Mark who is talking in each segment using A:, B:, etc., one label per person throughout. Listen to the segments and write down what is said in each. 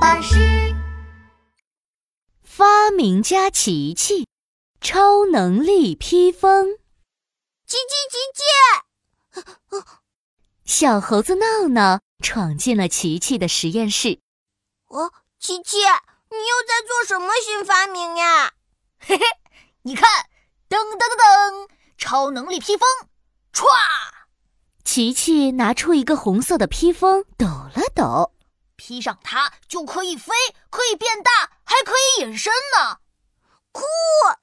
A: 大师，
B: 发明家琪琪，超能力披风。
A: 琪琪琪
B: 琪，小猴子闹闹闯进了琪琪的实验室。
A: 哦，琪琪，你又在做什么新发明呀？
C: 嘿嘿，你看，噔噔噔噔，超能力披风，歘！
B: 琪琪拿出一个红色的披风，抖了抖。
C: 披上它就可以飞，可以变大，还可以隐身呢！
A: 酷，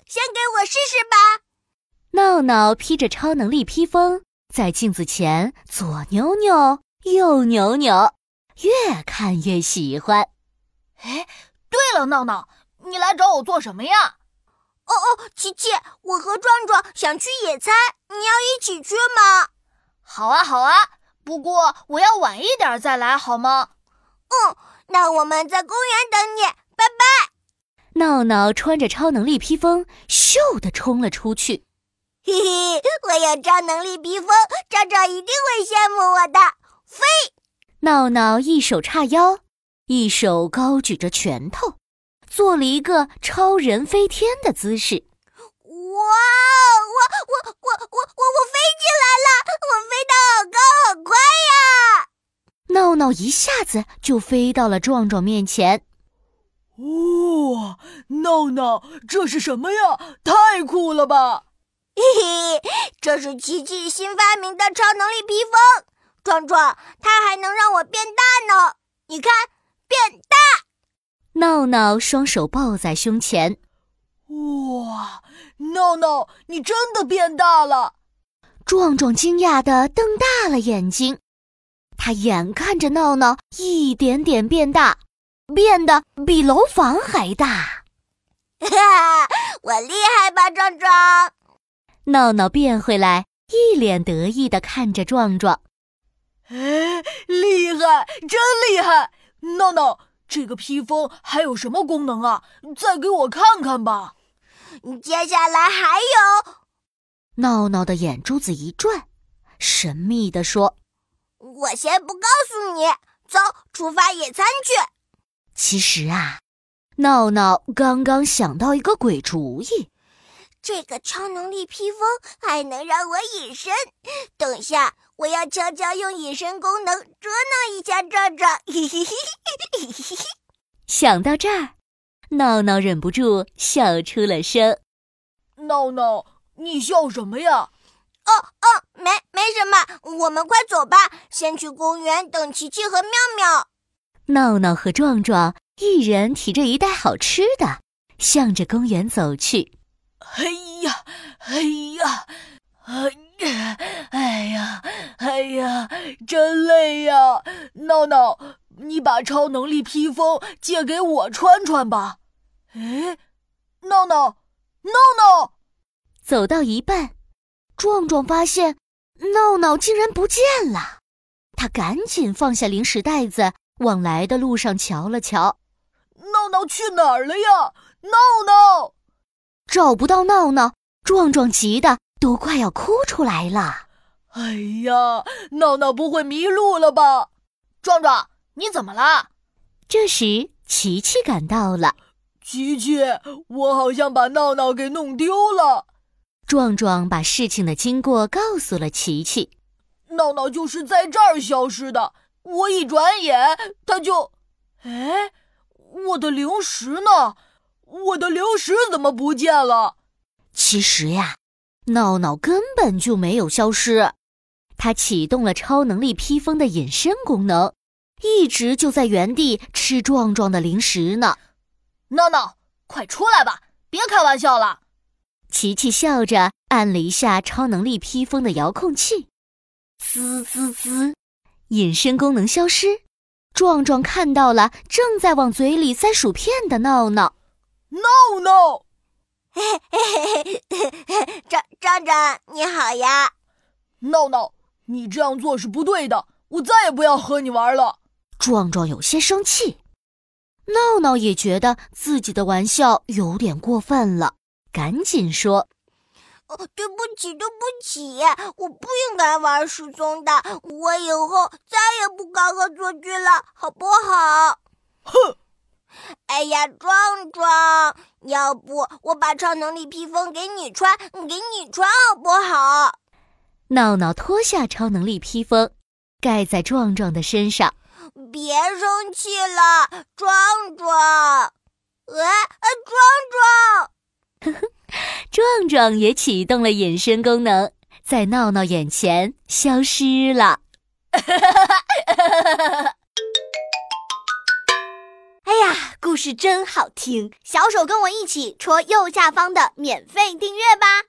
A: 先给我试试吧。
B: 闹闹披着超能力披风，在镜子前左扭扭，右扭扭，越看越喜欢。
C: 哎，对了，闹闹，你来找我做什么呀？
A: 哦哦，琪琪，我和壮壮想去野餐，你要一起去吗？
C: 好啊，好啊，不过我要晚一点再来，好吗？
A: 嗯，那我们在公园等你，拜拜。
B: 闹闹穿着超能力披风，咻的冲了出去。
A: 嘿嘿，我有超能力披风，赵赵一定会羡慕我的。飞！
B: 闹闹一手叉腰，一手高举着拳头，做了一个超人飞天的姿势。
A: 哇！哦我我我我我我飞起来了！我飞得好高，好快呀！
B: 闹闹一下子就飞到了壮壮面前。
D: 哦，闹闹，这是什么呀？太酷了吧！
A: 嘿嘿，这是琪琪新发明的超能力披风。壮壮，它还能让我变大呢！你看，变大！
B: 闹闹双手抱在胸前。
D: 哇，闹闹，你真的变大了！
B: 壮壮惊讶的瞪大了眼睛。他眼看着闹闹一点点变大，变得比楼房 还大。
A: 哈，我厉害吧，壮壮！
B: 闹闹变回来，一脸得意的看着壮壮。
D: 哎，厉害，真厉害！闹闹，这个披风还有什么功能啊？再给我看看吧。
A: 接下来还有，
B: 闹闹的眼珠子一转，神秘的说。
A: 我先不告诉你，走，出发野餐去。
B: 其实啊，闹闹刚刚想到一个鬼主意，
A: 这个超能力披风还能让我隐身。等下，我要悄悄用隐身功能捉弄一下壮壮。
B: 想到这儿，闹闹忍不住笑出了声。
D: 闹闹，你笑什么呀？
A: 哦哦， 没没什么，我们快走吧，先去公园等琪琪和妙妙。
B: 闹闹和壮壮一人提着一袋好吃的，向着公园走去。
D: 哎呀，哎呀，哎呀，哎呀，真累呀！闹闹，你把超能力披风借给我穿穿吧。哎，闹闹，闹闹，
B: 走到一半。壮壮发现闹闹竟然不见了，他赶紧放下零食袋子，往来的路上瞧了瞧，
D: 闹闹去哪儿了呀？闹闹，
B: 找不到闹闹，壮壮急的都快要哭出来了。
D: 哎呀，闹闹不会迷路了吧？
C: 壮壮，你怎么了？
B: 这时，琪琪赶到了。
D: 琪琪，我好像把闹闹给弄丢了。
B: 壮壮把事情的经过告诉了琪琪，
D: 闹闹就是在这儿消失的。我一转眼，他就……哎，我的零食呢？我的零食怎么不见了？
B: 其实呀，闹闹根本就没有消失，他启动了超能力披风的隐身功能，一直就在原地吃壮壮的零食呢。
C: 闹闹，快出来吧，别开玩笑了。
B: 琪琪笑着按了一下超能力披风的遥控器，滋滋滋，隐身功能消失。壮壮看到了正在往嘴里塞薯片的闹闹，
D: 闹闹，
A: 张张张你好呀，
D: 闹闹，你这样做是不对的，我再也不要和你玩了。
B: 壮壮有些生气，闹闹也觉得自己的玩笑有点过分了。赶紧说：“
A: 哦，对不起，对不起，我不应该玩失踪的，我以后再也不搞恶作剧了，好不好？”
D: 哼，
A: 哎呀，壮壮，要不我把超能力披风给你穿，嗯给你穿好不好？
B: 闹闹脱下超能力披风，盖在壮壮的身上。
A: 别生气了，壮壮。喂、哎，壮
B: 壮壮也启动了隐身功能，在闹闹眼前消失了。
E: 哎呀，故事真好听！小手跟我一起戳右下方的免费订阅吧。